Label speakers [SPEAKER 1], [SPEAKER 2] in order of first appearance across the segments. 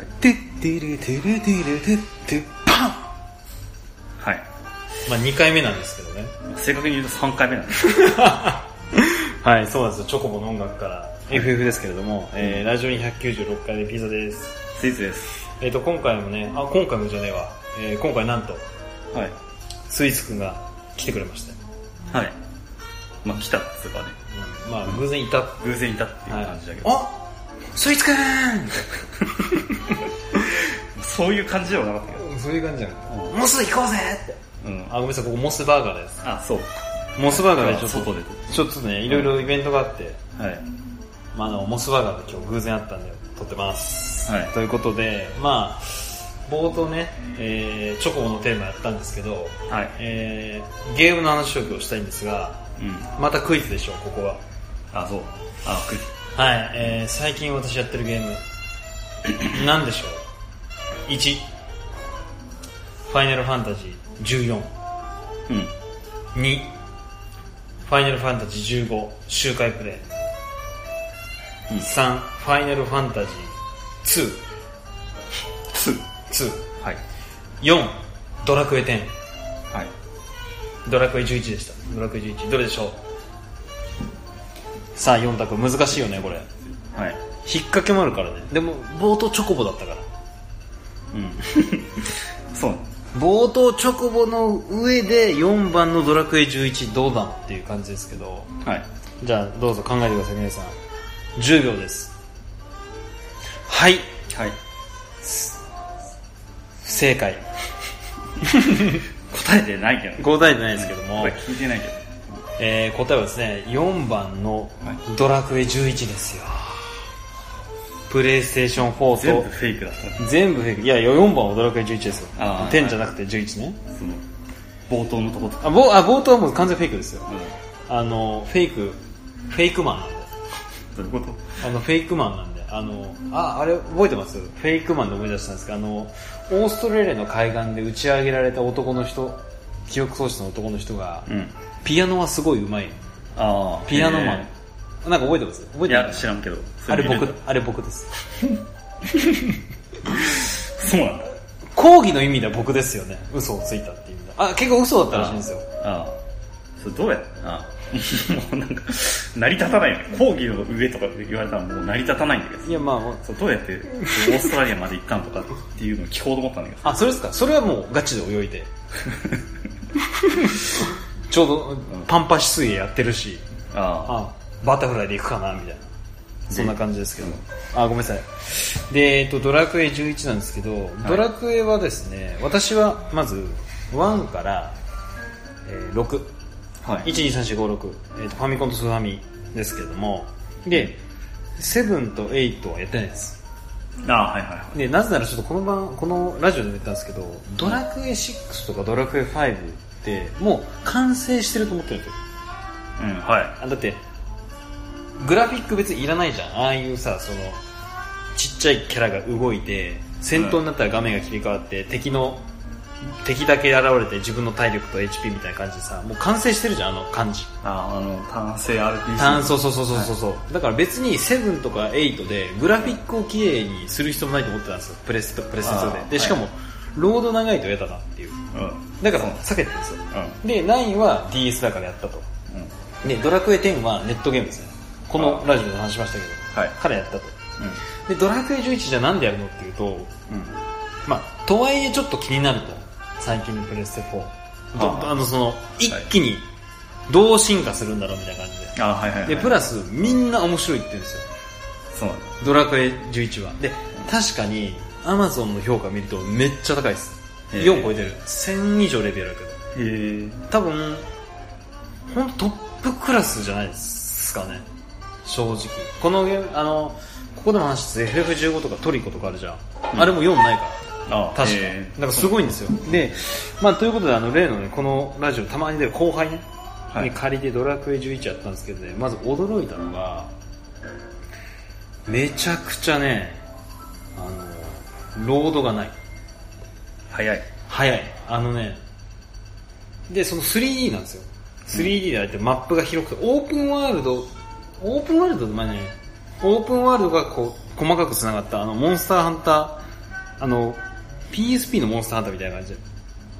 [SPEAKER 1] ティルティルティルテッテパン
[SPEAKER 2] はい。
[SPEAKER 1] まあ2回目なんですけどね。
[SPEAKER 2] 正確に言うと3回目なんです。
[SPEAKER 1] はい、そうなんですよ。チョコボの音楽から、FF ですけれども、えー、ラジオに196回でピザです。
[SPEAKER 2] スイーツです。
[SPEAKER 1] えっ、と、今回もね、あ、今回もじゃねえわ。えー、今回なんと、
[SPEAKER 2] はい。
[SPEAKER 1] スイーツくんが来てくれました。
[SPEAKER 2] はい。まあ来たっつうかね、
[SPEAKER 1] うん、まあ、偶然いた。はい
[SPEAKER 2] 偶然いたっていう感じだけど、
[SPEAKER 1] あスイーツくん
[SPEAKER 2] そういう感じではなかったけど。
[SPEAKER 1] そういう感じじゃない、モス行こうぜって。
[SPEAKER 2] うん
[SPEAKER 1] あ、。ごめんなさい、ここモスバーガーです。
[SPEAKER 2] あ、そう。
[SPEAKER 1] モスバーガー
[SPEAKER 2] は
[SPEAKER 1] で
[SPEAKER 2] い
[SPEAKER 1] ちょっと、
[SPEAKER 2] 外で。
[SPEAKER 1] ちょっとね、いろいろイベントがあって、
[SPEAKER 2] はい。
[SPEAKER 1] まあ、あの、モスバーガーで今日偶然あったんで、撮ってます。
[SPEAKER 2] はい
[SPEAKER 1] ということで、まあ、冒頭ね、えー、チョコボのテーマやったんですけど、
[SPEAKER 2] はい。
[SPEAKER 1] えー、ゲームの話を今日したいんですが、
[SPEAKER 2] うん。
[SPEAKER 1] またクイズでしょう、ここは。
[SPEAKER 2] あ、そう。あ、クイズ。
[SPEAKER 1] はい、えー、最近私やってるゲーム、なんでしょう ?1、ファイナルファンタジー
[SPEAKER 2] うん。
[SPEAKER 1] 14、2、ファイナルファンタジー15、周回プレイ、
[SPEAKER 2] うん
[SPEAKER 1] 3、ファイナルファンタジー
[SPEAKER 2] ツー。
[SPEAKER 1] 2、2、
[SPEAKER 2] はい。
[SPEAKER 1] 4、ドラクエ10、
[SPEAKER 2] はい。
[SPEAKER 1] ドラクエ11でした。ドラクエ11、どれでしょうさあ、4択、難しいよね、これ。
[SPEAKER 2] はい。
[SPEAKER 1] 引っ掛けもあるからね。でも、冒頭チョコボだったから。
[SPEAKER 2] うん。そう。
[SPEAKER 1] 冒頭チョコボの上で4番のドラクエ11どうだっていう感じですけど
[SPEAKER 2] はい。
[SPEAKER 1] じゃあどうぞ考えてください皆さん10秒ですはい
[SPEAKER 2] はい。
[SPEAKER 1] 不正解
[SPEAKER 2] 答えてないけどね。
[SPEAKER 1] 答えてないですけども、
[SPEAKER 2] これ聞いてないけど。
[SPEAKER 1] えー答えはですね4番の
[SPEAKER 2] は
[SPEAKER 1] ドラクエ11ですよプレイステーション4
[SPEAKER 2] 全
[SPEAKER 1] と
[SPEAKER 2] 部フェイクだった。
[SPEAKER 1] 全部フェイクいや4番はドラクエ11ですよ
[SPEAKER 2] あー
[SPEAKER 1] 10じゃなくて11ね
[SPEAKER 2] その、冒頭のとことか。
[SPEAKER 1] あぼあ冒頭はもう完全フェイクですよ
[SPEAKER 2] うん。
[SPEAKER 1] あのフェイクフェイクマンなんで
[SPEAKER 2] どういうこと
[SPEAKER 1] あの、フェイクマンなんで、あの、あ、あれ覚えてますフェイクマンで思い出したんですけど、あの、オーストラリアの海岸で打ち上げられた男の人、記憶喪失の男の人が、
[SPEAKER 2] うん。
[SPEAKER 1] ピアノはすごい上手い。
[SPEAKER 2] ああ。
[SPEAKER 1] ピアノマン。
[SPEAKER 2] え
[SPEAKER 1] なんか覚えてます覚
[SPEAKER 2] ー
[SPEAKER 1] え
[SPEAKER 2] い
[SPEAKER 1] てま
[SPEAKER 2] や、
[SPEAKER 1] す
[SPEAKER 2] 知らんけど。
[SPEAKER 1] あれ僕
[SPEAKER 2] そいるんだ、
[SPEAKER 1] あれ僕です。
[SPEAKER 2] そうなんだ。
[SPEAKER 1] 抗議の意味では僕ですよね。嘘をついたっていう意味で。あ、結構嘘だったらしいんですよ。
[SPEAKER 2] ああ。それどうやああ。 もうなんか、成り立たないよね。講義の上とか言われたらもう成り立たないんだけど。
[SPEAKER 1] いや、まあもう、
[SPEAKER 2] そうどうやってオーストラリアまで行ったんとかっていうのを聞こうと思ったんだけど。
[SPEAKER 1] あ、それですかそれはもうガチで泳 いで。ちょうどパンパシ水泳やってるし。
[SPEAKER 2] あ
[SPEAKER 1] あバタフライで行くかなみたいなそんな感じですけど、あごめんなさいで、えっと、ドラクエ11なんですけど、ドラクエはですね私はまず1から、えー、6
[SPEAKER 2] あ。はい。
[SPEAKER 1] 123456、えーとファミコンとスーファミですけれどもで7と8はやってないです
[SPEAKER 2] ああ、はいはいはい。
[SPEAKER 1] でなぜならちょっとこの番このラジオでも言ったんですけどドラクエ6とかドラクエ5ってもう完成してると思ってるんですよ
[SPEAKER 2] うん、は
[SPEAKER 1] あだってグラフィック別にいらないじゃんああいうさそのちっちゃいキャラが動いて戦闘になったら画面が切り替わって、敵の敵だけ現れて自分の体力と HP みたいな感じでさもう完成してるじゃんあの感じ
[SPEAKER 2] い。ああ、あの、単性 RPG。
[SPEAKER 1] 炭素そうそうそうそうそう、だから別に7とか8でグラフィックをきれいにする必要もないと思ってたんですよプレスとプレステ2
[SPEAKER 2] あ
[SPEAKER 1] で
[SPEAKER 2] ー
[SPEAKER 1] でしかも、
[SPEAKER 2] は
[SPEAKER 1] ロード長いとやだなっていう
[SPEAKER 2] うん。うん。
[SPEAKER 1] だから避けてるんですよで9は DS だからやったと
[SPEAKER 2] うん。
[SPEAKER 1] でドラクエ10はネットゲームですねこのラジオで話しましたけど、
[SPEAKER 2] はい
[SPEAKER 1] からやったとでドラクエ11じゃなんでやるのっていうと
[SPEAKER 2] うん。うん。
[SPEAKER 1] まあとはいえちょっと気になると最近のプレステ4ど
[SPEAKER 2] あ
[SPEAKER 1] あ
[SPEAKER 2] ー
[SPEAKER 1] のその一気にどう進化するんだろうみたいな感じ
[SPEAKER 2] ああ、はいはい、はい。
[SPEAKER 1] ででプラスみんな面白いって言うんですよ
[SPEAKER 2] そうなんだ。
[SPEAKER 1] ドラクエ11はで確かにアマゾンの評価見るとめっちゃ高いです
[SPEAKER 2] へー
[SPEAKER 1] 4超えてる1000以上レベルだけど
[SPEAKER 2] へえ。
[SPEAKER 1] 多分ほんとトップクラスじゃないですかね正直このゲームあのここでも話して FF15 とかトリコとかあるじゃん、
[SPEAKER 2] うん
[SPEAKER 1] あれも4ないから
[SPEAKER 2] ああ、
[SPEAKER 1] 確か
[SPEAKER 2] へえ
[SPEAKER 1] だからすごいんですよで、まあ、ということであの例のねこのラジオたまに出る後輩ね、
[SPEAKER 2] はい
[SPEAKER 1] に借りてドラクエ11やったんですけどねまず驚いたのがめちゃくちゃねあのロードがない
[SPEAKER 2] 早い。
[SPEAKER 1] 早いあのねでその 3D なんですよ 3D であってマップが広くてオープンワールドオープンワールドでもないねオープンワールドがこう細かくつながったあのモンスターハンタあの PSP のモンスターハンターみたいな感じで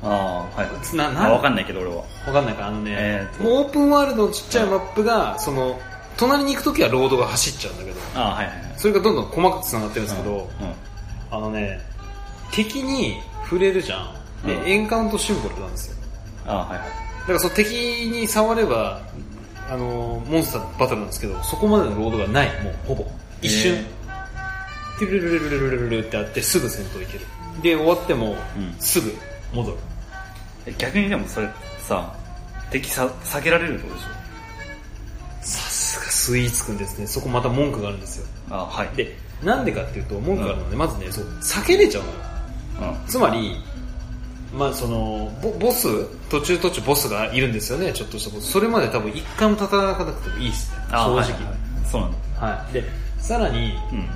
[SPEAKER 2] ああはい
[SPEAKER 1] なな
[SPEAKER 2] あわかんないけど俺は
[SPEAKER 1] わかんないからあのね、
[SPEAKER 2] えーと
[SPEAKER 1] もうオープンワールドのちっちゃいマップがその隣に行く時はロードが走っちゃうんだけど
[SPEAKER 2] ああはいはいはい
[SPEAKER 1] それがどんどん細かく繋がってるんですけど、
[SPEAKER 2] うん
[SPEAKER 1] あのね敵に触れるじゃんで、
[SPEAKER 2] うん
[SPEAKER 1] エンカウントシンボルなんですよ
[SPEAKER 2] ああはいはい
[SPEAKER 1] だからその敵に触ればあのモンスターバトルなんですけどそこまでのロードがないもうほぼ一瞬、
[SPEAKER 2] え
[SPEAKER 1] ティルルルルルルルルルってあってすぐ戦闘いけるで終わっても
[SPEAKER 2] うん
[SPEAKER 1] すぐ戻る、
[SPEAKER 2] え逆にでもそれさ敵さ避けられるってことでしょ
[SPEAKER 1] さすがスイーツくんですねそこまた文句があるんですよ
[SPEAKER 2] ああはい
[SPEAKER 1] でなんでかっていうと文句があるので、まずねそう避けれちゃうのよ
[SPEAKER 2] うん
[SPEAKER 1] つまり、まあ、そのボボス途中途中ボスがいるんですよねちょっとしたボスそれまで多分一回も戦わなくてもいいですね正
[SPEAKER 2] ああ
[SPEAKER 1] 直
[SPEAKER 2] は
[SPEAKER 1] は
[SPEAKER 2] はい
[SPEAKER 1] いい、
[SPEAKER 2] はいそうなんだ
[SPEAKER 1] でさらに
[SPEAKER 2] うん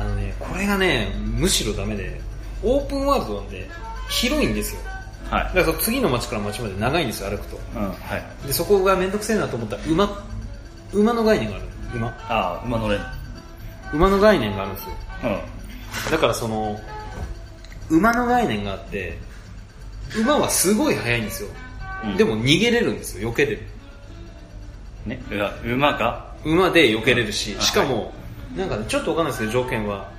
[SPEAKER 1] あのねこれがねむしろダメでオープンワールドなんで広いんですよ
[SPEAKER 2] はい
[SPEAKER 1] だからその次の町から町まで長いんですよ歩くと
[SPEAKER 2] うんはい
[SPEAKER 1] でそこが面倒くせえなと思ったら馬馬の概念がある馬
[SPEAKER 2] ああ馬乗れん
[SPEAKER 1] 馬の概念があるんですよ
[SPEAKER 2] うん
[SPEAKER 1] だからその馬の概念があって馬はすごい速いんですよ、
[SPEAKER 2] うん
[SPEAKER 1] でも逃げれるんですよ避けれる
[SPEAKER 2] ねうわ馬が
[SPEAKER 1] 馬で避けれるし、
[SPEAKER 2] うん
[SPEAKER 1] しかも、なんかねちょっとわかんないですけど条件は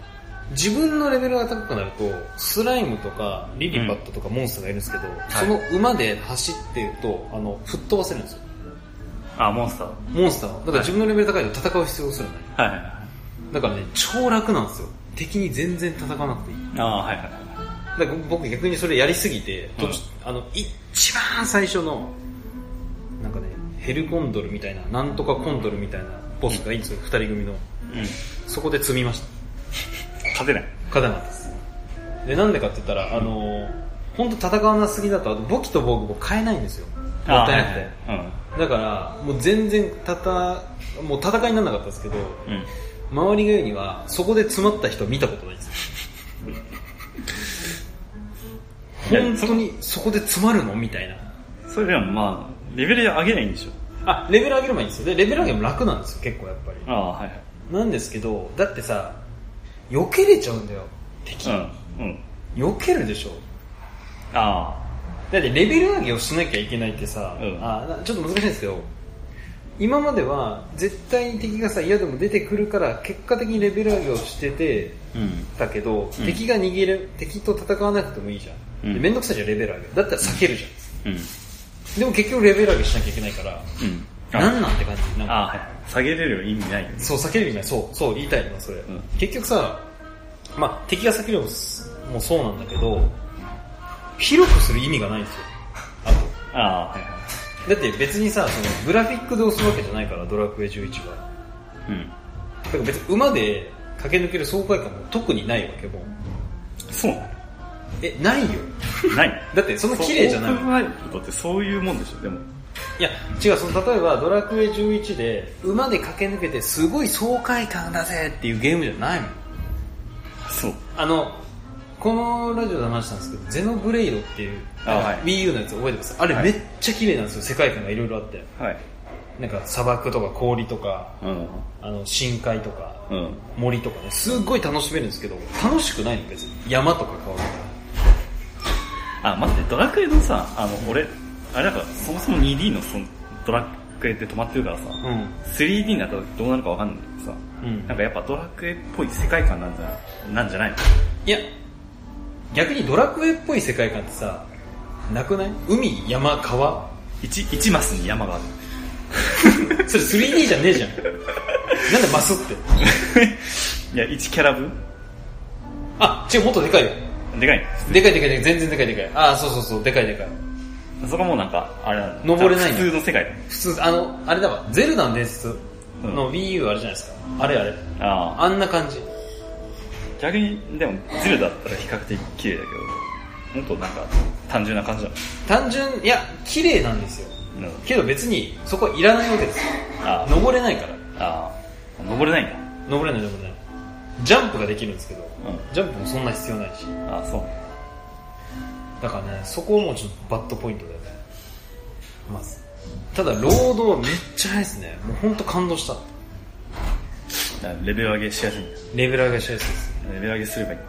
[SPEAKER 1] 自分のレベルが高くなるとスライムとかリリパットとかモンスターがいるんですけど、その馬で走ってるとあの吹っ飛ばせるんですよ
[SPEAKER 2] ああモンスター
[SPEAKER 1] モンスターをだから自分のレベル高いと戦う必要をするのね
[SPEAKER 2] はいはいはい
[SPEAKER 1] だからね超楽なんですよ敵に全然戦わなくていい
[SPEAKER 2] ああはいはいはい
[SPEAKER 1] だから僕逆にそれやりすぎて、
[SPEAKER 2] うん
[SPEAKER 1] 途中あの一番最初のなんかねヘルコンドルみたいななんとかコンドルみたいなボスがいいんですよ、二人組の
[SPEAKER 2] うん
[SPEAKER 1] そこで積みました
[SPEAKER 2] 勝てない
[SPEAKER 1] 勝てなかったですでなんでかって言ったら、あの本当戦わなすぎだとあと武器と防具を変えないんですよもったいなくて、
[SPEAKER 2] ああはいはい
[SPEAKER 1] だからもう全然たたもう戦いにならなかったですけど
[SPEAKER 2] うんうん
[SPEAKER 1] 周りが言うにはそこで詰まった人は見たことないです本当にそこで詰まるのみたいな
[SPEAKER 2] それでもまあレベル上げないんでしょ
[SPEAKER 1] あレベル上げればいいんですよでレベル上げも楽なんですよ結構やっぱり
[SPEAKER 2] ああはいはい
[SPEAKER 1] なんですけどだってさ避けれちゃうんだよ敵
[SPEAKER 2] うんうん
[SPEAKER 1] 避けるでしょ
[SPEAKER 2] あ
[SPEAKER 1] だってレベル上げをしなきゃいけないってさ、
[SPEAKER 2] うん
[SPEAKER 1] あなちょっと難しいんですけど今までは絶対に敵がさ嫌でも出てくるから結果的にレベル上げをしてて
[SPEAKER 2] あうん
[SPEAKER 1] だけど、
[SPEAKER 2] うん
[SPEAKER 1] 敵が逃げる敵と戦わなくてもいいじゃん、
[SPEAKER 2] うん
[SPEAKER 1] でめんどくさいじゃんレベル上げだったら避けるじゃん、
[SPEAKER 2] うん
[SPEAKER 1] でも結局レベル上げしなきゃいけないから、
[SPEAKER 2] うん
[SPEAKER 1] なんなんって感じなんか
[SPEAKER 2] ああはいはい下げれる意味ないよね
[SPEAKER 1] そう避けるじゃないそうそう言いたいのそれ、
[SPEAKER 2] ん
[SPEAKER 1] 結局さ、まあ、敵が避けるのもすもそうなんだけど広くする意味がないんですよあと
[SPEAKER 2] ああはいは
[SPEAKER 1] だって別にさそのグラフィックで押すわけじゃないからドラクエ11は
[SPEAKER 2] いう
[SPEAKER 1] だから別に馬で駆け抜ける爽快感も特にないわけもうん
[SPEAKER 2] そうな
[SPEAKER 1] えないよ
[SPEAKER 2] のない
[SPEAKER 1] だってそんな綺麗じゃない
[SPEAKER 2] そうオープンワイルドってそういうもんでしょでも
[SPEAKER 1] いや違うその例えばドラクエ11で馬で駆け抜けてすごい爽快感だぜっていうゲームじゃないもん
[SPEAKER 2] そう
[SPEAKER 1] あのこのラジオで話したんですけどゼノブレイドっていう
[SPEAKER 2] あはい
[SPEAKER 1] WiiU のやつ覚えてますあれ
[SPEAKER 2] はい
[SPEAKER 1] めっちゃ綺麗なんですよ世界観がいろいろあって
[SPEAKER 2] はい
[SPEAKER 1] なんか砂漠とか氷とか
[SPEAKER 2] うん
[SPEAKER 1] あの深海とか
[SPEAKER 2] うん
[SPEAKER 1] 森とかねすっごい楽しめるんですけど楽しくないの別に山とか川とか
[SPEAKER 2] あ待ってドラクエのさあの俺あれだからそもそも 2D のそのドラクエって止まってるからさ、
[SPEAKER 1] う
[SPEAKER 2] 3D になった時どうなるかわかんないけどさ、
[SPEAKER 1] うん
[SPEAKER 2] なんかやっぱドラクエっぽい世界観なんじゃなんじゃないの
[SPEAKER 1] いや逆にドラクエっぽい世界観ってさなくない海山川
[SPEAKER 2] 1, 1マスに山がある
[SPEAKER 1] それ 3D じゃねえじゃんなん でマスって
[SPEAKER 2] いや1キャラ分
[SPEAKER 1] あ違うもっとでかいよ
[SPEAKER 2] でかい
[SPEAKER 1] でかいでかいでかい全然でかいでかいああそうそうそうでかいでかい
[SPEAKER 2] のそこもなんかあれなんだ
[SPEAKER 1] 登れないの
[SPEAKER 2] 普通の世界
[SPEAKER 1] 普通あのあれだわゼルダの伝説
[SPEAKER 2] う
[SPEAKER 1] の WiiU あれじゃないですか、あれあれ
[SPEAKER 2] だああ
[SPEAKER 1] あんな感じ
[SPEAKER 2] 逆にでもゼルだったら比較的綺麗だけどもっとなんか単純な感じだ
[SPEAKER 1] 単純いや綺麗なんですよ
[SPEAKER 2] なの
[SPEAKER 1] けど別にそこはいらないわけですよ
[SPEAKER 2] あー
[SPEAKER 1] 登れないから
[SPEAKER 2] あー登れないんだ
[SPEAKER 1] 登れない登れないジャンプができるんですけど、
[SPEAKER 2] ん
[SPEAKER 1] ジャンプもそんな必要ないし
[SPEAKER 2] ああそう
[SPEAKER 1] だからねそこもちょっとバッドポイントだよねまずただ労働はめっちゃ早いですねもう本当感動した
[SPEAKER 2] だからレベル上げしやすいんだ
[SPEAKER 1] レベル上げしやすいです
[SPEAKER 2] レベル上げすればいい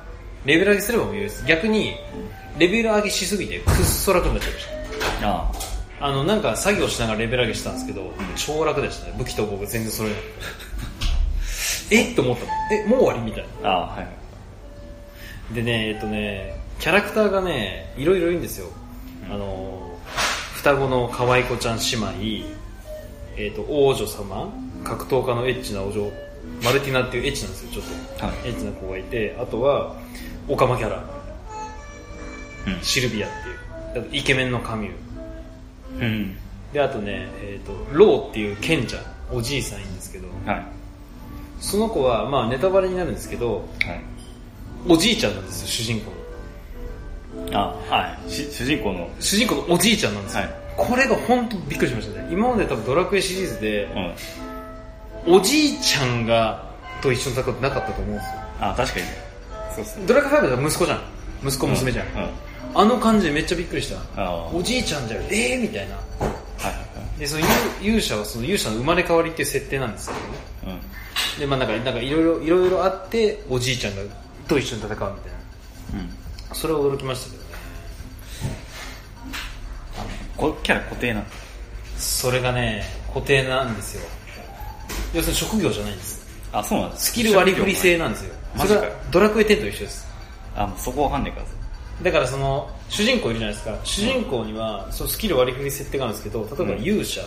[SPEAKER 1] レベル上げすれば無料です逆にレベル上げしすぎてくっそ楽になっちゃいまし
[SPEAKER 2] あ
[SPEAKER 1] たあのなんか作業しながらレベル上げしたんですけど、超楽でしたね武器と僕全然揃えなくてえっと思ったのえもう終わりみたいな
[SPEAKER 2] あああはい
[SPEAKER 1] でねえっとねキャラクターがねいろいろいるんですよ、
[SPEAKER 2] うん
[SPEAKER 1] あの双子の可愛い子ちゃん姉妹えっと王女様格闘家のエッチなお嬢マルティナっていうエッチなんですよちょっと、
[SPEAKER 2] はい
[SPEAKER 1] エッチな子がいてあとはオカマキャラ
[SPEAKER 2] う
[SPEAKER 1] シルビアっていうあとイケメンのカミュー
[SPEAKER 2] んうん
[SPEAKER 1] であとね、えー、とローっていう賢者おじいさんいるんですけど
[SPEAKER 2] はい
[SPEAKER 1] その子はまあネタバレになるんですけど
[SPEAKER 2] はい
[SPEAKER 1] おじいちゃんなんですよ主人公の
[SPEAKER 2] あはいし主人公の
[SPEAKER 1] 主人公のおじいちゃんなんですよ、
[SPEAKER 2] はい
[SPEAKER 1] これが本当びっくりしましたね今まで多分ドラクエシリーズで
[SPEAKER 2] うん
[SPEAKER 1] おじいちゃんがと一緒に戦うことなかったと思うんですよ
[SPEAKER 2] あ確かにそうっすね
[SPEAKER 1] ドラクエ5では息子じゃん息子娘じゃん、
[SPEAKER 2] うんうん
[SPEAKER 1] あの感じでめっちゃびっくりした
[SPEAKER 2] あー
[SPEAKER 1] おじいちゃんじゃんえーみたいな
[SPEAKER 2] はい
[SPEAKER 1] でその勇勇者はその勇者の生まれ変わりっていう設定なんですけどね
[SPEAKER 2] はいはい
[SPEAKER 1] でまあなんかなんかいろいろいろいろあっておじいちゃんがと一緒に戦うみたい
[SPEAKER 2] うんうん
[SPEAKER 1] なそれは驚きましたけどね
[SPEAKER 2] こキャラ固定な
[SPEAKER 1] それがね固定なんですよ要するに職業じゃないんです
[SPEAKER 2] あそうなんだ
[SPEAKER 1] スキル割り振り制なんですよ
[SPEAKER 2] マ
[SPEAKER 1] そ
[SPEAKER 2] ジ
[SPEAKER 1] れ
[SPEAKER 2] か
[SPEAKER 1] はドラクエ10と一緒です
[SPEAKER 2] あもうそこわかんねえからさ
[SPEAKER 1] だからその主人公いるじゃないですか主人公にはそのスキル割り振り設定があるんですけど例えば
[SPEAKER 2] うん
[SPEAKER 1] 勇者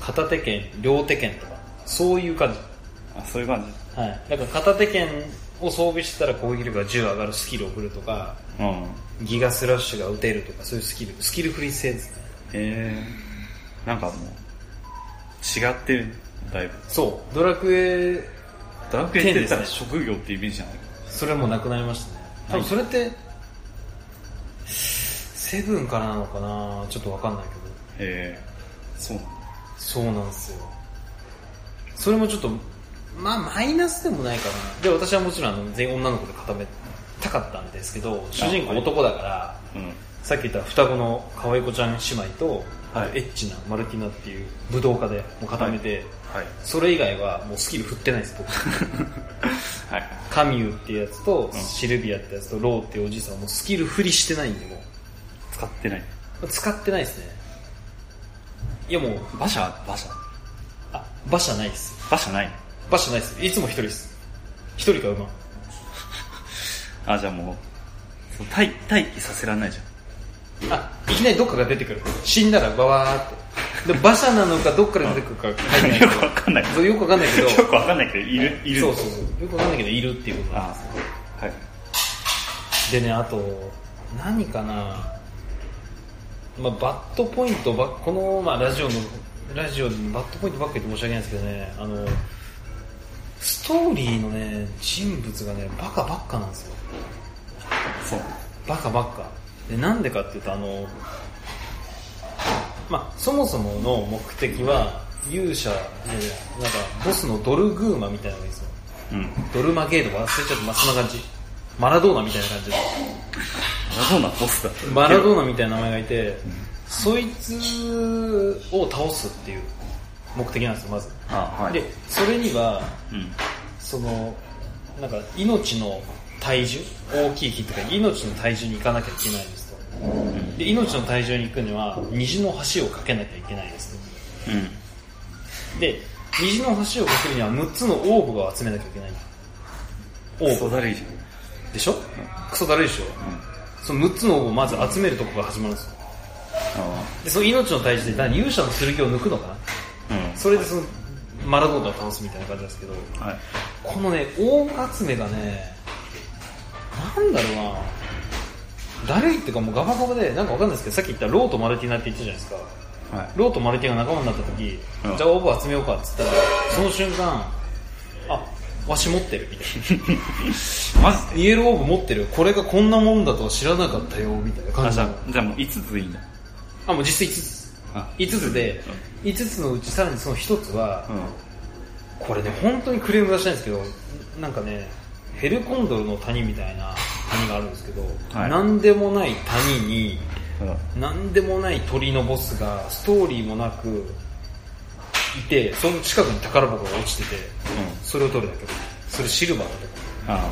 [SPEAKER 1] 片手剣両手剣とかそういう感じ
[SPEAKER 2] あそういう感じ
[SPEAKER 1] はいだから片手剣を装備してたら攻撃力が10上がるスキルを振るとか
[SPEAKER 2] うんへ
[SPEAKER 1] ギガスラッシュが打てるとかそういうスキルスキルフリー制ですね
[SPEAKER 2] えなんかもう違ってるだいぶ
[SPEAKER 1] そうドラクエ
[SPEAKER 2] ドラクエって言ったら
[SPEAKER 1] 天です
[SPEAKER 2] 職業ってイメージじゃない
[SPEAKER 1] それはもうなくなりましたね多
[SPEAKER 2] はい
[SPEAKER 1] 分それってセブンからなのかなちょっとわかんないけど
[SPEAKER 2] へえそうなんだ
[SPEAKER 1] そうなんですよそれもちょっとまあマイナスでもないかなで私はもちろんあの全員女の子で固めたかったんですけど主人公男だから、
[SPEAKER 2] うん
[SPEAKER 1] さっき言った双子の可愛い子ちゃん姉妹と、
[SPEAKER 2] はい
[SPEAKER 1] エッチなマルティナっていう武道家でもう固めて、
[SPEAKER 2] はい
[SPEAKER 1] それ以外はもうスキル振ってないです僕
[SPEAKER 2] はい
[SPEAKER 1] カミューっていうやつと、
[SPEAKER 2] うん
[SPEAKER 1] シルビアってやつとローっていうおじいさんはもうスキル振りしてないんでも
[SPEAKER 2] 使ってないう
[SPEAKER 1] 使ってないですねいやもう
[SPEAKER 2] 馬車馬車
[SPEAKER 1] あ馬車ないです
[SPEAKER 2] 馬車ない
[SPEAKER 1] 馬車ないですいつも一人です一人か馬
[SPEAKER 2] あじゃあもうそう待待機させられないじゃん
[SPEAKER 1] あいきなりどっかが出てくる死んだらバワーってで馬車なのかどっから出てくるか書いてない け
[SPEAKER 2] よくわかんない
[SPEAKER 1] どそうよくわかんないけど
[SPEAKER 2] よくわかんないけどいるいる
[SPEAKER 1] そうそうそうよくわかんないけどいるっていうことなん
[SPEAKER 2] あ
[SPEAKER 1] です
[SPEAKER 2] そうはい
[SPEAKER 1] でねあと何かな、まあ、バットポイントばこの、まあ、ラジオのラジオにバットポイントばっかり言って申し訳ないんですけどねあのストーリーのね人物がねバカばっかなんですよ
[SPEAKER 2] そう
[SPEAKER 1] バカばっかでなんでかっていうとあのまあそもそもの目的は勇者でなんかボスのドルグーマみたいなのがいいんですよ
[SPEAKER 2] うん
[SPEAKER 1] ドルマゲード忘れちゃってまあそんな感じマラドーナみたいな感じで
[SPEAKER 2] マラドーナボスだ
[SPEAKER 1] マラドーナみたいな名前がいて、そいつを倒すっていう目的なんですよ、まず。
[SPEAKER 2] あはい
[SPEAKER 1] で、それには、
[SPEAKER 2] うん
[SPEAKER 1] その、なんか命の体重、大きい木とか命の体重に行かなきゃいけないですと。
[SPEAKER 2] うん
[SPEAKER 1] で、命の体重に行くには、虹の橋を架けなきゃいけないです
[SPEAKER 2] うん
[SPEAKER 1] と。で、虹の橋を架けるには6つのオーブを集めなきゃいけない。オ
[SPEAKER 2] ク
[SPEAKER 1] ー
[SPEAKER 2] ソ
[SPEAKER 1] ブ。
[SPEAKER 2] だるいじ
[SPEAKER 1] でしょクソだるいでしょ
[SPEAKER 2] ゃんうん
[SPEAKER 1] その6つのオーブをまず集めるとこから始まるんですよ。
[SPEAKER 2] あ
[SPEAKER 1] で、その命の体重で、だから勇者の剣を抜くのかな
[SPEAKER 2] あうん
[SPEAKER 1] それでそのマラドーナを倒すみたいな感じなんですけど
[SPEAKER 2] はい
[SPEAKER 1] このね大集めがねなんだろうなだるいっていうかもうガバガバでなんかわかんないですけどさっき言ったローとマルティナって言ったじゃないですか
[SPEAKER 2] はい
[SPEAKER 1] ローとマルティナが仲間になった時、
[SPEAKER 2] うん
[SPEAKER 1] じゃあオーブ集めようかっつったらその瞬間あわし持ってるみたい
[SPEAKER 2] マ ジで
[SPEAKER 1] なイエローオーブ持ってるこれがこんなもんだとは知らなかったよみたいな感
[SPEAKER 2] あ
[SPEAKER 1] じ
[SPEAKER 2] じ
[SPEAKER 1] な
[SPEAKER 2] ゃ
[SPEAKER 1] の
[SPEAKER 2] あじゃあもう5つでいいんだ
[SPEAKER 1] あもう実質
[SPEAKER 2] あ
[SPEAKER 1] 5つ5つで5つのうちさらにその1つは、
[SPEAKER 2] うん
[SPEAKER 1] これね本当にクレーム出したいんですけどなんかねヘルコンドルの谷みたいな谷があるんですけど、
[SPEAKER 2] はい
[SPEAKER 1] なんでもない谷に
[SPEAKER 2] うん
[SPEAKER 1] なんでもない鳥のボスがストーリーもなくいてその近くに宝箱が落ちててそれを取るだけそれシルバーだとか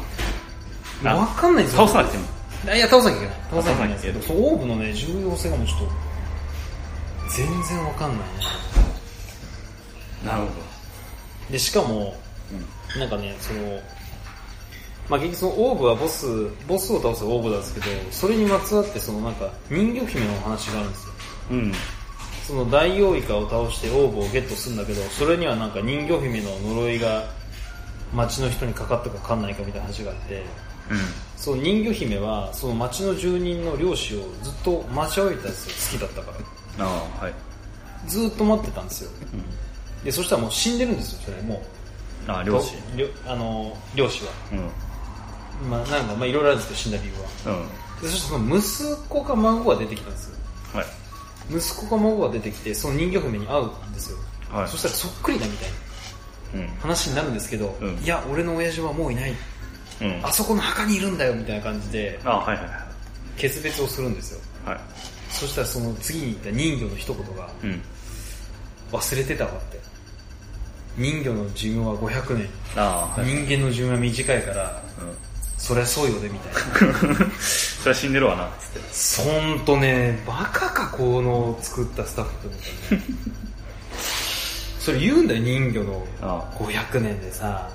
[SPEAKER 2] ああ
[SPEAKER 1] わかんないんですよ
[SPEAKER 2] 倒さなくても
[SPEAKER 1] あいや倒さなきゃいけない倒さなきゃいけないです
[SPEAKER 2] 倒
[SPEAKER 1] けどそのオーブのね重要性がもうちょっと全然わかんないね
[SPEAKER 2] なるほど、
[SPEAKER 1] でしかもなんかねそのまあ結局そのオーブはボスボスを倒すオーブなんですけどそれにまつわってそのなんか人魚姫のお話があるんですよ
[SPEAKER 2] うんうん
[SPEAKER 1] その大王イカを倒してオーブをゲットするんだけどそれにはなんか人魚姫の呪いが町の人にかかったかかんないかみたいな話があってその人魚姫はその町の住人の漁師をずっと待ち歩いてたんですよ好きだったから
[SPEAKER 2] ああはい、
[SPEAKER 1] ずっと待ってたんですよ
[SPEAKER 2] うん、
[SPEAKER 1] でそしたらもう死んでるんですよそれも
[SPEAKER 2] ああ
[SPEAKER 1] う
[SPEAKER 2] 両親
[SPEAKER 1] りょあの漁師は
[SPEAKER 2] うん
[SPEAKER 1] まあなんかまあいろいろあるんですけど死んだ理由は
[SPEAKER 2] うん
[SPEAKER 1] でそしたらその息子か孫が出てきたんですよ
[SPEAKER 2] はい
[SPEAKER 1] 息子か孫が出てきてその人魚姫に会うんですよ、
[SPEAKER 2] はい
[SPEAKER 1] そしたらそっくりだみたいな
[SPEAKER 2] うん
[SPEAKER 1] 話になるんですけど、
[SPEAKER 2] うん
[SPEAKER 1] いや俺の親父はもういない
[SPEAKER 2] うん
[SPEAKER 1] あそこの墓にいるんだよみたいな感じで
[SPEAKER 2] あはいはい
[SPEAKER 1] 決別をするんですよ
[SPEAKER 2] はいは
[SPEAKER 1] そしたらその次に言った人魚の一言が
[SPEAKER 2] いうん
[SPEAKER 1] 忘れてたわって人魚の寿命は500年
[SPEAKER 2] ああはい、
[SPEAKER 1] 人間の寿命は短いから
[SPEAKER 2] うん
[SPEAKER 1] そりゃそうよねみたいな
[SPEAKER 2] それは死んでるわなつって
[SPEAKER 1] そんとねバカかこの作ったスタッフって思ったね それ言うんだよ人魚の
[SPEAKER 2] ああ
[SPEAKER 1] 500年でさ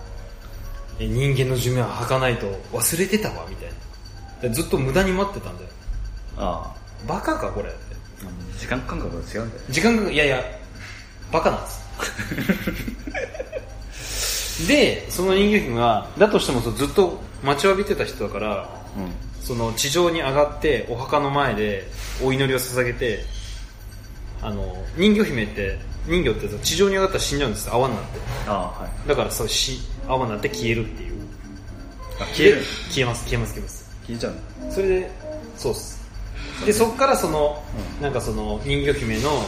[SPEAKER 1] え人間の寿命は儚いと忘れてたわみたいなでずっと無駄に待ってたんだよ
[SPEAKER 2] あ
[SPEAKER 1] バカかこれって
[SPEAKER 2] あ時間感覚が違うんだよね
[SPEAKER 1] 時間がいやいやバカなんです でその人魚姫はだとしてもそうずっと待ちわびてた人だからその地上に上がってお墓の前でお祈りを捧げてあの人魚姫って人魚ってさ地上に上がったら死んじゃうんですよ泡になって
[SPEAKER 2] ああはい
[SPEAKER 1] だからそうし泡になって消えるっていう
[SPEAKER 2] あ消える
[SPEAKER 1] で消えます消えます消えます
[SPEAKER 2] 消えちゃうの
[SPEAKER 1] それでそうっすでそっからその、なんかその人魚姫の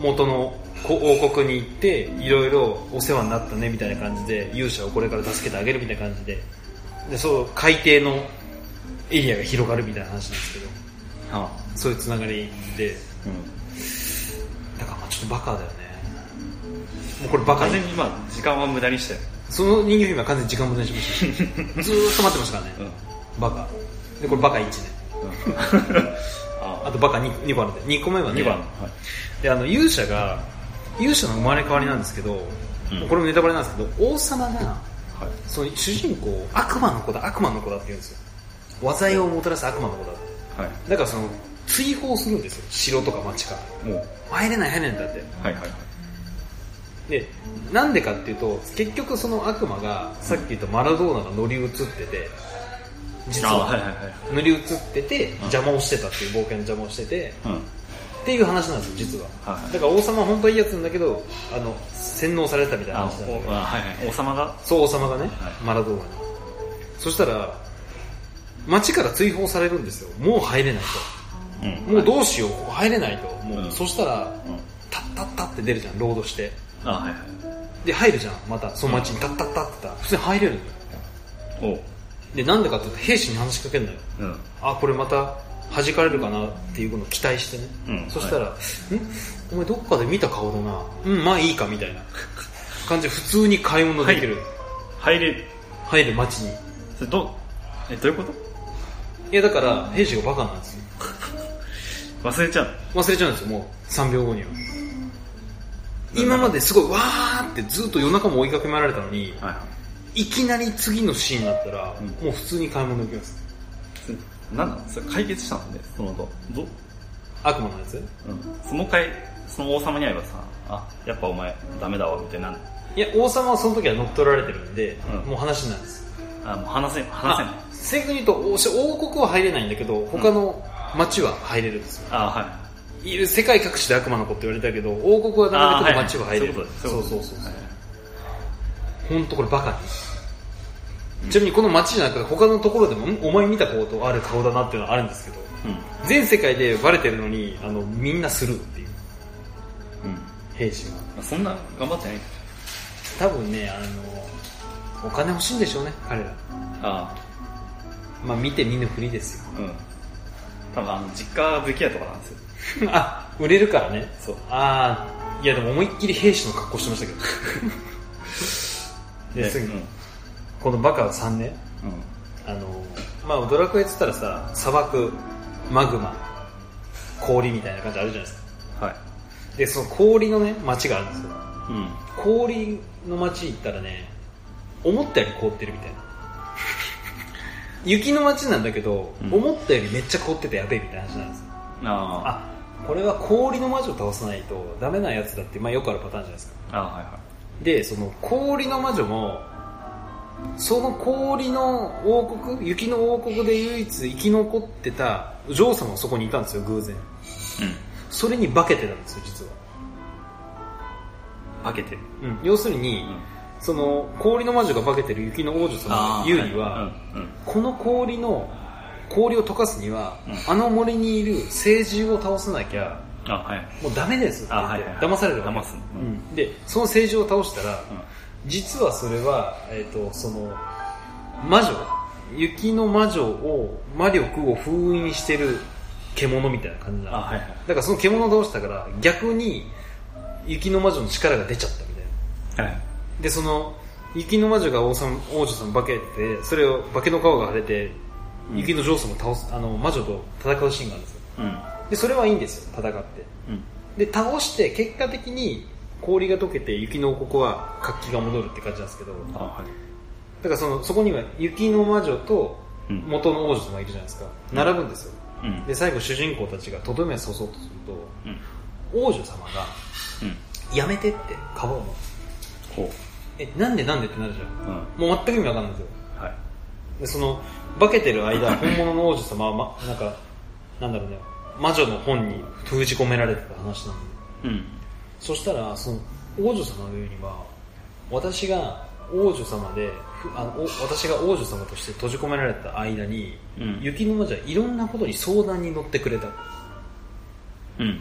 [SPEAKER 1] 元のこ王国に行っていろいろお世話になったねみたいな感じで勇者をこれから助けてあげるみたいな感じででそう海底のエリアが広がるみたいな話なんですけど
[SPEAKER 2] あ
[SPEAKER 1] そういうつながりで
[SPEAKER 2] あうん
[SPEAKER 1] だからまあちょっとバカだよねもうこれバカ
[SPEAKER 2] 完全に今時間は無駄にしたよ
[SPEAKER 1] その人魚姫は完全に時間無駄 にしましたずーっと待ってましたからね、バカでこれバカ1ね
[SPEAKER 2] うん
[SPEAKER 1] あ
[SPEAKER 2] あ
[SPEAKER 1] とバカ 2, 2個あるんで2個目は
[SPEAKER 2] あ
[SPEAKER 1] ね
[SPEAKER 2] 2番はい
[SPEAKER 1] であの勇者が勇者の生まれ変わりなんですけど、
[SPEAKER 2] うん
[SPEAKER 1] これもネタバレなんですけど王様が
[SPEAKER 2] はい
[SPEAKER 1] その主人公を悪魔の子だ悪魔の子だって言うんですよ災いをもたらす悪魔の子だって
[SPEAKER 2] はい
[SPEAKER 1] だからその追放するんですよ城とか町から
[SPEAKER 2] もう
[SPEAKER 1] 入れない入れないんだって
[SPEAKER 2] はいはいはい
[SPEAKER 1] でなんでかっていうと結局その悪魔がさっき言ったマラドーナが乗り移ってて実
[SPEAKER 2] あ
[SPEAKER 1] は、
[SPEAKER 2] はいはいはい
[SPEAKER 1] 乗り移ってて
[SPEAKER 2] ん
[SPEAKER 1] 邪魔をしてたっていう冒険の邪魔をしてて、
[SPEAKER 2] うんはい
[SPEAKER 1] っていう話なんですよ実は、
[SPEAKER 2] はい
[SPEAKER 1] だから王様は本当はいいやつなんだけどあの洗脳されてたみたいな
[SPEAKER 2] あ
[SPEAKER 1] 話なんだけ
[SPEAKER 2] お
[SPEAKER 1] ど
[SPEAKER 2] あはいはい王様が
[SPEAKER 1] そう王様がね、
[SPEAKER 2] はい
[SPEAKER 1] マラドーナにそしたら町から追放されるんですよもう入れないともう
[SPEAKER 2] う
[SPEAKER 1] どうしようここ入れないともう、
[SPEAKER 2] うん
[SPEAKER 1] そしたら
[SPEAKER 2] ん
[SPEAKER 1] タッタッタって出るじゃんロードして
[SPEAKER 2] あはいはい
[SPEAKER 1] で入るじゃんまたその町にタッタッタって言ったら普通に入れるのよ
[SPEAKER 2] お
[SPEAKER 1] でなんでかっていうと兵士に話しかけるのよ
[SPEAKER 2] うん
[SPEAKER 1] あこれまた弾かれるかなっていうのを期待してね、
[SPEAKER 2] うん
[SPEAKER 1] そしたら「んお前どっかで見た顔だなうんまあいいか」みたいな感じで普通に買い物できる、
[SPEAKER 2] 入れる
[SPEAKER 1] 入る街にい
[SPEAKER 2] それどうえどういうこ
[SPEAKER 1] やだから兵士がバカなんですよ
[SPEAKER 2] と忘れちゃうの
[SPEAKER 1] 忘れちゃうんですよもう3秒後には今まですごいわーってずっと夜中も追いかけ回られたのに
[SPEAKER 2] はいはい
[SPEAKER 1] きなり次のシーンになったら、
[SPEAKER 2] うん
[SPEAKER 1] もう普通に買い物できます
[SPEAKER 2] いなんだそれ解決したのねその後ど
[SPEAKER 1] 悪魔のやつ
[SPEAKER 2] うんその回その王様に会えばさあやっぱお前ダメだわみたいになる
[SPEAKER 1] いや王様はその時は乗っ取られてるんで、
[SPEAKER 2] うん
[SPEAKER 1] もう話になるんです
[SPEAKER 2] あもう話せん話せない
[SPEAKER 1] あ正確に言うとおし王国は入れないんだけど他の町は入れるんですよ、
[SPEAKER 2] あはい
[SPEAKER 1] る世界各地で悪魔の子って言われたけど王国はダメだけど町は入れる、
[SPEAKER 2] そういうこと
[SPEAKER 1] そうそうそう
[SPEAKER 2] はい
[SPEAKER 1] 本当これバカにちなみにこの町じゃなくて他のところでもんお前見たことある顔だなっていうのはあるんですけど全世界でバレてるのにあのみんなスルーっていう
[SPEAKER 2] うん、うんま
[SPEAKER 1] 兵士は
[SPEAKER 2] あ、そんな頑張ってない
[SPEAKER 1] 多分ねあのお金欲しいんでしょうね彼ら
[SPEAKER 2] あ
[SPEAKER 1] まあ見て見ぬふりですよ
[SPEAKER 2] うん多分あの実家が武器屋とかなんですよ
[SPEAKER 1] あ売れるからね
[SPEAKER 2] そう
[SPEAKER 1] ああいやでも思いっきり兵士の格好してましたけどで
[SPEAKER 2] ね
[SPEAKER 1] す ぐ
[SPEAKER 2] うん、
[SPEAKER 1] このバカは3年
[SPEAKER 2] うん、
[SPEAKER 1] あの、まあ、ドラクエっつったらさ、砂漠、マグマ、氷みたいな感じあるじゃないですか。
[SPEAKER 2] はい
[SPEAKER 1] で、その氷のね、街があるんですよ。
[SPEAKER 2] うん
[SPEAKER 1] 氷の街行ったらね、思ったより凍ってる みたいな。雪の街なんだけど、
[SPEAKER 2] うん
[SPEAKER 1] 思ったよりめっちゃ凍っててやべえみたいな話なんですよ。
[SPEAKER 2] あ
[SPEAKER 1] あ、これは氷の魔女を倒さないとダメなやつだって、まあよくあるパターンじゃないですか。
[SPEAKER 2] ああはいは
[SPEAKER 1] でその氷の魔女もその氷の王国雪の王国で唯一生き残ってたお嬢様がそこにいたんですよ偶然
[SPEAKER 2] いうん
[SPEAKER 1] それに化けてたんですよ実は、
[SPEAKER 2] 化けてる
[SPEAKER 1] うん、要するに、その氷の魔女が化けてる雪の王女様
[SPEAKER 2] ー
[SPEAKER 1] ユーリは、
[SPEAKER 2] うんうん
[SPEAKER 1] この氷の氷を溶かすには、
[SPEAKER 2] うん
[SPEAKER 1] あの森にいる聖獣を倒さなきゃ
[SPEAKER 2] あはい
[SPEAKER 1] もうダメですって言って、
[SPEAKER 2] あはいはいはい
[SPEAKER 1] 騙されるわけ
[SPEAKER 2] 騙すのうん
[SPEAKER 1] うんでその聖獣を倒した
[SPEAKER 2] う
[SPEAKER 1] ら、
[SPEAKER 2] ん
[SPEAKER 1] 実はそれは、えー、とその魔女雪の魔女を魔力を封印してる獣みたいな感じなの
[SPEAKER 2] あはいはい
[SPEAKER 1] だからその獣を倒したから逆に雪の魔女の力が出ちゃったみたいな
[SPEAKER 2] はい
[SPEAKER 1] でその雪の魔女が王様王女様化けてそれを化けの皮が腫れて
[SPEAKER 2] うん
[SPEAKER 1] 雪の女王様を倒すあの魔女と戦うシーンがあるんですよ
[SPEAKER 2] うん
[SPEAKER 1] でそれはいいんですよ戦って
[SPEAKER 2] うん
[SPEAKER 1] で倒して結果的に氷が溶けて雪の王国は活気が戻るって感じなんですけど
[SPEAKER 2] あはい
[SPEAKER 1] だからそのそこには雪の魔女と
[SPEAKER 2] うん
[SPEAKER 1] 元の王女様がいるじゃないですか、
[SPEAKER 2] うん
[SPEAKER 1] 並ぶんですよ
[SPEAKER 2] うん
[SPEAKER 1] で最後主人公たちがとどめを刺そうとする
[SPEAKER 2] うんうん
[SPEAKER 1] と王女様が「やめて」って皮をむ
[SPEAKER 2] こ
[SPEAKER 1] えなんでなんでってなるじゃん
[SPEAKER 2] ううん
[SPEAKER 1] もう全く意味わかんないんですよ
[SPEAKER 2] はい
[SPEAKER 1] でその化けてる 間本物の王女様は、ま、なんかなんだろうね魔女の本に封じ込められてた話なので
[SPEAKER 2] うん
[SPEAKER 1] そしたらその王女様の上には私が王女様でふあのお私が王女様として閉じ込められた間に、
[SPEAKER 2] うん
[SPEAKER 1] 雪の魔女はいろんなことに相談に乗ってくれた
[SPEAKER 2] うん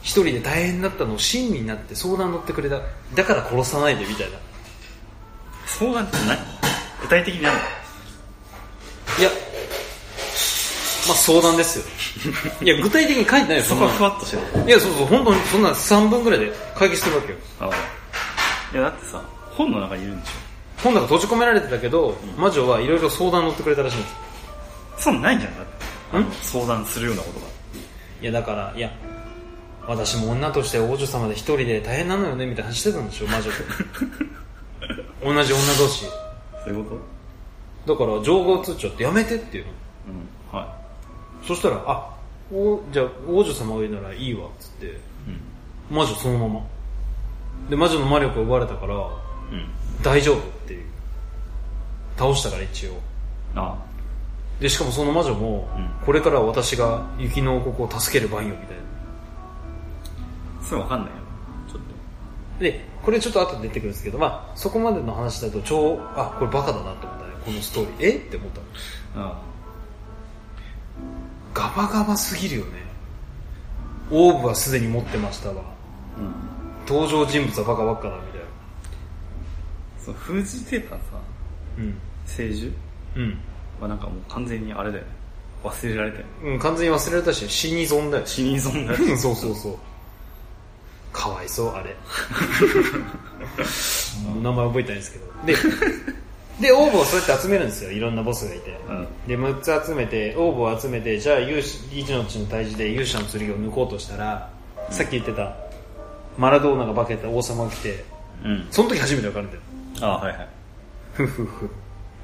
[SPEAKER 1] 一人で大変だったのを親身になって相談に乗ってくれただから殺さないでみたいな
[SPEAKER 2] 相談って何具体的に何
[SPEAKER 1] いやまあ相談です よいや具体的に書いてないよ
[SPEAKER 2] そ
[SPEAKER 1] ん
[SPEAKER 2] こ
[SPEAKER 1] な
[SPEAKER 2] は
[SPEAKER 1] の
[SPEAKER 2] ふわっとしてる
[SPEAKER 1] いやそうそう本当にそんな3分ぐらいで解決してるわけよ
[SPEAKER 2] あいやだってさ本の中にいるんでし
[SPEAKER 1] 本なんか閉じ込められてたけど、魔女はいろいろ相談に乗ってくれたらしいんです
[SPEAKER 2] ょそんなんないんじゃんだってあの
[SPEAKER 1] ん
[SPEAKER 2] 相談するようなことが
[SPEAKER 1] いやだからいや私も女として王女様で一人で大変なのよねみたいな話してたんでしょ魔 女と同じ女同士
[SPEAKER 2] そういうこ
[SPEAKER 1] だから情報通帳ってやめてっていうの
[SPEAKER 2] とうんはい
[SPEAKER 1] そしたらあおじゃあ王女様がいいならいいわっつって
[SPEAKER 2] う
[SPEAKER 1] 魔女そのままで魔女の魔力を奪われたから
[SPEAKER 2] んうん
[SPEAKER 1] 大丈夫っていう倒したから一応
[SPEAKER 2] あ
[SPEAKER 1] でしかもその魔女も、
[SPEAKER 2] うん
[SPEAKER 1] これからは私が雪の王国を助ける番よみたいな
[SPEAKER 2] それわかんないよちょっ
[SPEAKER 1] でこれちょっと後で出てくるんですけど、まあ、そこまでの話だと超あこれバカだなと思ったねこのストーリーえって思ったの
[SPEAKER 2] とあ
[SPEAKER 1] ガバガバすぎるよねオーブはすでに持ってましたわ
[SPEAKER 2] あうん
[SPEAKER 1] 登場人物はバカばっかだみたいな
[SPEAKER 2] その封じてたさ聖樹
[SPEAKER 1] うん
[SPEAKER 2] はなんかもう完全にあれだよね忘れられたよね
[SPEAKER 1] うん、うん、完全に忘れられたし死に損だよ
[SPEAKER 2] 死に損だよ
[SPEAKER 1] うん そうそうそうかわいそう あれもう名前覚えてないですけどで でオーブをそうやって集めるんですよいろんなボスがいて、
[SPEAKER 2] うん
[SPEAKER 1] で6つ集めてオーブを集めてじゃあ勇士リーチの地の退治で勇者の剣を抜こうとしたら、さっき言ってたマラドーナが化けた王様が来て
[SPEAKER 2] うん
[SPEAKER 1] その時初めて分かるんだよ
[SPEAKER 2] ああはいはい
[SPEAKER 1] ふふふ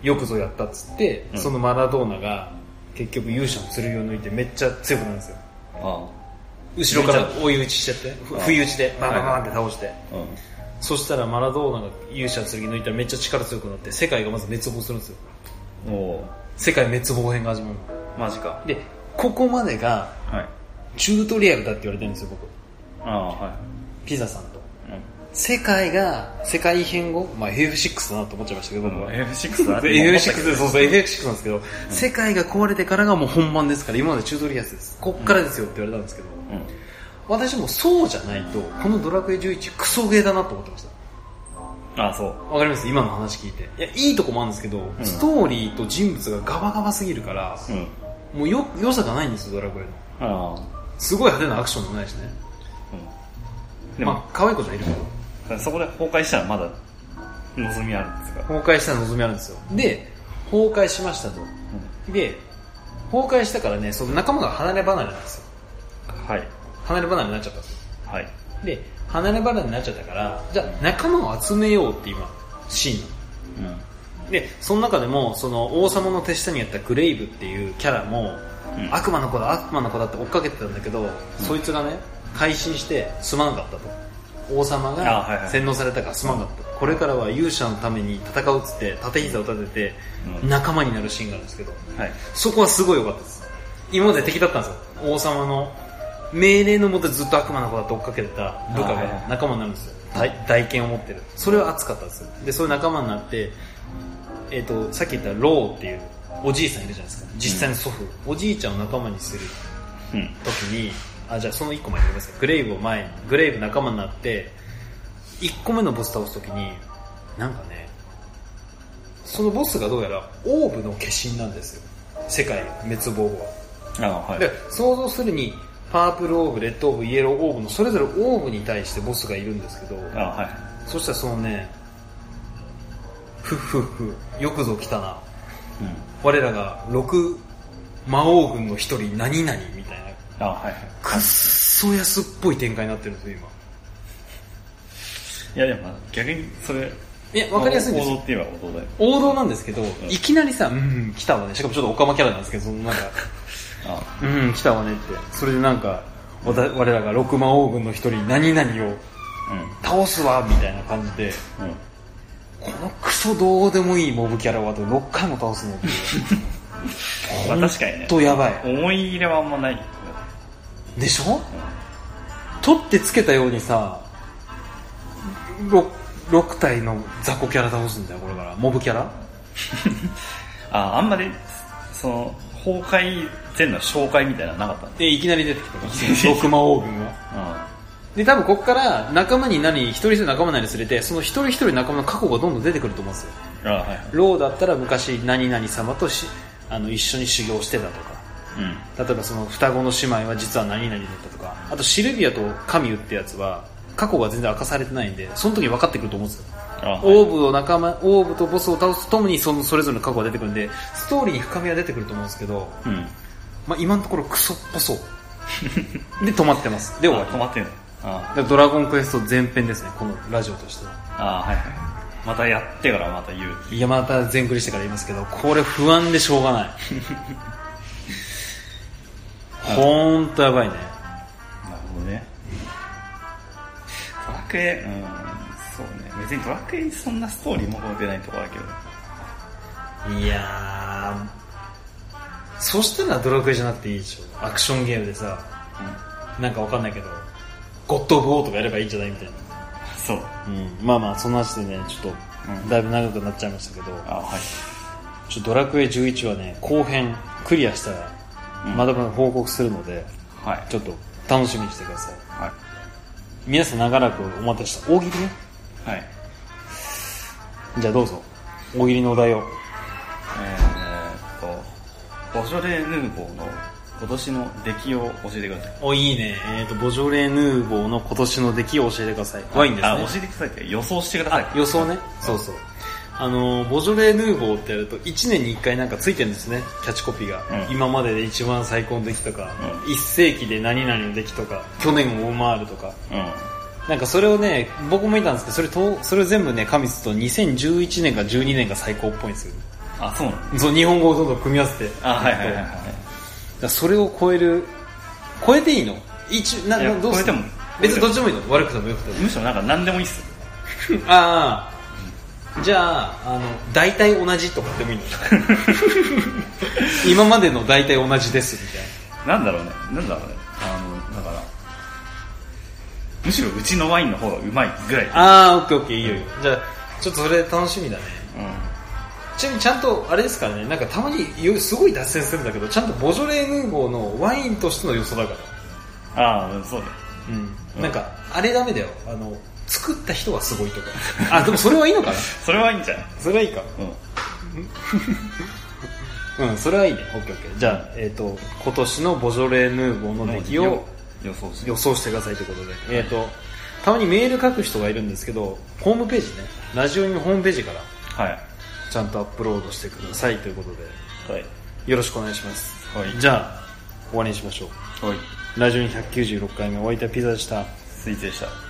[SPEAKER 1] よくぞやったっつって、
[SPEAKER 2] うん
[SPEAKER 1] そのマラドーナが結局勇者の剣を抜いてめっちゃ強くなるんですよ
[SPEAKER 2] あ
[SPEAKER 1] 後ろから追い打ちしちゃってふ
[SPEAKER 2] あ
[SPEAKER 1] 不意打ちでバンバンバンって倒して、
[SPEAKER 2] あうん
[SPEAKER 1] そしたらマラドーナが勇者の剣抜いたらめっちゃ力強くなって世界がまず滅亡するんですよ
[SPEAKER 2] おお
[SPEAKER 1] 世界滅亡編が始まる
[SPEAKER 2] マジか
[SPEAKER 1] のでここまでが
[SPEAKER 2] はい
[SPEAKER 1] チュートリアルだって言われてるんですよ僕
[SPEAKER 2] ああは
[SPEAKER 1] ピザさんと
[SPEAKER 2] いうん
[SPEAKER 1] 世界が世界変後、まあ、FF6 だなと思っちゃいましたけど僕 は、
[SPEAKER 2] F6 だ
[SPEAKER 1] FF6 でそうそう FF6 なんですけど、世界が壊れてからがもう本番ですから今までチュートリアルですこっからですよって言われたんですけど、
[SPEAKER 2] うん
[SPEAKER 1] 私もそうじゃないとこの「ドラクエ11」クソゲーだなと思ってました
[SPEAKER 2] ああそう
[SPEAKER 1] わかります今の話聞いていやいいとこもあるんですけど、
[SPEAKER 2] ん
[SPEAKER 1] ストーリーと人物がガバガバすぎるから、
[SPEAKER 2] うん
[SPEAKER 1] もうよ良さがないんですよドラクエの
[SPEAKER 2] ああ
[SPEAKER 1] すごい派手なアクションもないしね
[SPEAKER 2] うんでも
[SPEAKER 1] まあ可愛い子ちゃんいるけど
[SPEAKER 2] そこで崩壊したらまだ望みあるんですか
[SPEAKER 1] 崩壊した望みあるんですよで崩壊しましたとで崩壊したからねその仲間が離れ離れなんですよ
[SPEAKER 2] はい
[SPEAKER 1] 離れ離れになっちゃったんですよ
[SPEAKER 2] はい
[SPEAKER 1] で離れ離れになっちゃったからじゃあ仲間を集めようっていう今シーンなの
[SPEAKER 2] うん
[SPEAKER 1] でその中でもその王様の手下にやったグレイブっていうキャラも、
[SPEAKER 2] うん
[SPEAKER 1] 悪魔の子だ悪魔の子だって追っかけてたんだけど、そいつがね改心してすまなかったと王様
[SPEAKER 2] あはいは
[SPEAKER 1] が
[SPEAKER 2] い
[SPEAKER 1] 洗脳されたからすまなかった、これからは勇者のために戦うっつって縦膝を立てて
[SPEAKER 2] うん
[SPEAKER 1] 仲間になるシーンがあるんですけど
[SPEAKER 2] はい
[SPEAKER 1] そこはすごい良かったです今まで敵だったんですよ王様の命令のもとずっと悪魔の子だと追っかけてた部下
[SPEAKER 2] あーはいは
[SPEAKER 1] が
[SPEAKER 2] い
[SPEAKER 1] 仲間になるんですよ大大剣を持ってるそれは熱かったですよでそういう仲間になってえっとさっき言ったローっていうおじいさんいるじゃないですか実際の祖父、おじいちゃんを仲間にする
[SPEAKER 2] うん
[SPEAKER 1] 時にあじゃあその1個前に言いますグレイブを前にグレイブ仲間になって1個目のボス倒す時になんかねそのボスがどうやらオーブの化身なんですよ世界滅亡後は
[SPEAKER 2] あはい
[SPEAKER 1] で想像するにパープルオーブレッドオーブイエローオーブのそれぞれオーブに対してボスがいるんですけど
[SPEAKER 2] あはい
[SPEAKER 1] そしたらそのねふっふっふよくぞ来たな
[SPEAKER 2] うん
[SPEAKER 1] 我らが6魔王軍の一人何々みたいな
[SPEAKER 2] あはいは
[SPEAKER 1] くっそ安っぽい展開になってるんですよ今
[SPEAKER 2] いいやでもまあ逆にそれ
[SPEAKER 1] いやわかりやすいんです
[SPEAKER 2] 王
[SPEAKER 1] よ
[SPEAKER 2] 道って言えば王道だよ
[SPEAKER 1] 王道なんですけど、
[SPEAKER 2] ん
[SPEAKER 1] いきなりさ「うん来たわね」しかもちょっとオカマキャラなんですけどそのなんか
[SPEAKER 2] あ
[SPEAKER 1] 「うん来たわね」ってそれでなんかわた我らが六魔王軍の一人何々
[SPEAKER 2] う
[SPEAKER 1] を
[SPEAKER 2] ん
[SPEAKER 1] 倒すわみたいな感じで
[SPEAKER 2] うん
[SPEAKER 1] このクソどうでもいいモブキャラをあと6回も倒すの って
[SPEAKER 2] まあ確かにね
[SPEAKER 1] ほんとやばい
[SPEAKER 2] 思い入れはあんまないよね
[SPEAKER 1] でしょ取ってつけたようにさ 6, 6体の雑魚キャラ倒すんだよこれからモブキャラ
[SPEAKER 2] ああんまりその崩壊前の紹介みたいなのなかったんで
[SPEAKER 1] でいきなり出てきたから
[SPEAKER 2] きなり出てきた
[SPEAKER 1] 六魔王軍が
[SPEAKER 2] あ
[SPEAKER 1] で多分ここから仲間になり一人一人仲間になり連れてその一人一人仲間の過去がどんどん出てくると思うんですよ
[SPEAKER 2] あはいはい
[SPEAKER 1] ローだったら昔何々様としあの一緒に修行してたとか
[SPEAKER 2] うん
[SPEAKER 1] 例えばその双子の姉妹は実は何々だったとかあとシルビアとカミュってやつは過去が全然明かされてないんでその時分かってくると思うんですよ
[SPEAKER 2] あはい
[SPEAKER 1] オーブを仲間オーブとボスを倒すとともにそのそれぞれの過去が出てくるんでストーリーに深みは出てくると思うんですけど、
[SPEAKER 2] うん
[SPEAKER 1] まあ、今のところクソっぽそう で止まってますで終わり
[SPEAKER 2] あ止まってんのあ
[SPEAKER 1] だからドラゴンクエスト前編ですねこのラジオとしては
[SPEAKER 2] あはいはいまたやってからまた言う
[SPEAKER 1] いやまた全クリしてから言いますけどこれ不安でしょうがないほんとやばいね
[SPEAKER 2] なるほどねドラクエうんそうね別にドラクエにそんなストーリーも出ないとこだけど
[SPEAKER 1] いやーそしたらドラクエじゃなくていいでしょアクションゲームでさなんかわかんないけどゴッド・オブ・オーとかやればいいんじゃないみたいな、
[SPEAKER 2] そう
[SPEAKER 1] うん、まあまあそんな話でねちょっ
[SPEAKER 2] う
[SPEAKER 1] と
[SPEAKER 2] ん
[SPEAKER 1] だいぶ長くなっちゃいましたけど、
[SPEAKER 2] あはい
[SPEAKER 1] ちょっとドラクエ11はね後編クリアしたら
[SPEAKER 2] うん
[SPEAKER 1] まだまだ報告するので、
[SPEAKER 2] はい
[SPEAKER 1] ちょっと楽しみにしてください
[SPEAKER 2] は
[SPEAKER 1] 皆さん長らくお待たせした大喜利ね
[SPEAKER 2] いはい
[SPEAKER 1] じゃあどうぞ大喜利のお題を
[SPEAKER 2] えー、とボジョレ・ヌーボーの今年の出来を教えてください
[SPEAKER 1] おいいねえっ、とボジョレ・ヌーボーの今年の出来を教えてくださいワインですね
[SPEAKER 2] あ教えてくださいって予想してください
[SPEAKER 1] 予想ねそうそうあのボジョレ・ヌーボーってやると1年に1回なんかついてるんですねキャッチコピーが、
[SPEAKER 2] うん
[SPEAKER 1] 今までで一番最高の出来とか、
[SPEAKER 2] う
[SPEAKER 1] 一世紀で何々の出来とか去年を上回るとか
[SPEAKER 2] うんあ
[SPEAKER 1] なんかそれをね僕も見たんですけどそれとそれを全部ね加味すると2011年か12年が最高っぽいんですよ
[SPEAKER 2] そうなの
[SPEAKER 1] そう日本語をどんどん組み合わせて
[SPEAKER 2] あはいはいはい
[SPEAKER 1] だ
[SPEAKER 2] はい
[SPEAKER 1] か、らそれを超える超えていいの一ない
[SPEAKER 2] や
[SPEAKER 1] どうする
[SPEAKER 2] 超えても
[SPEAKER 1] 別にどっちでもいいの悪くてもよくても
[SPEAKER 2] むしろなんか何でもいいっす
[SPEAKER 1] ああじゃああの大体同じとかでもいい の今までの大体同じですみたい
[SPEAKER 2] なんだろうねなんだろうねあのだからむしろうちのワインの方がうまいぐらい
[SPEAKER 1] なああオッケーオッケーいいよいいよじゃあちょっとそれ楽しみだね
[SPEAKER 2] うん
[SPEAKER 1] ちなみにちゃんとあれですからねなんかたまによすごい脱線するんだけどちゃんとボジョレ・ヌーボーのワインとしての予想だから
[SPEAKER 2] ああそうだ
[SPEAKER 1] うんなんかあれダメだよあの作った人はすごいとか あでもそれはいいのかな
[SPEAKER 2] それはいいんじゃない
[SPEAKER 1] それはいいか
[SPEAKER 2] うん
[SPEAKER 1] うんそれはいいねオッケーオッケーじゃあえっ、と今年のボジョレ・ヌーボーの出来を
[SPEAKER 2] 予想して
[SPEAKER 1] 予想してくださいということで、えー、とたまにメール書く人がいるんですけどホームページねラジオにホームページから
[SPEAKER 2] はい
[SPEAKER 1] ちゃんとアップロードしてくださいということで
[SPEAKER 2] はい。
[SPEAKER 1] よろしくお願いします、
[SPEAKER 2] はい
[SPEAKER 1] じゃあ終わりにしましょ
[SPEAKER 2] はい。
[SPEAKER 1] うラジオに196回目お相手はピザでした
[SPEAKER 2] スイーツでした。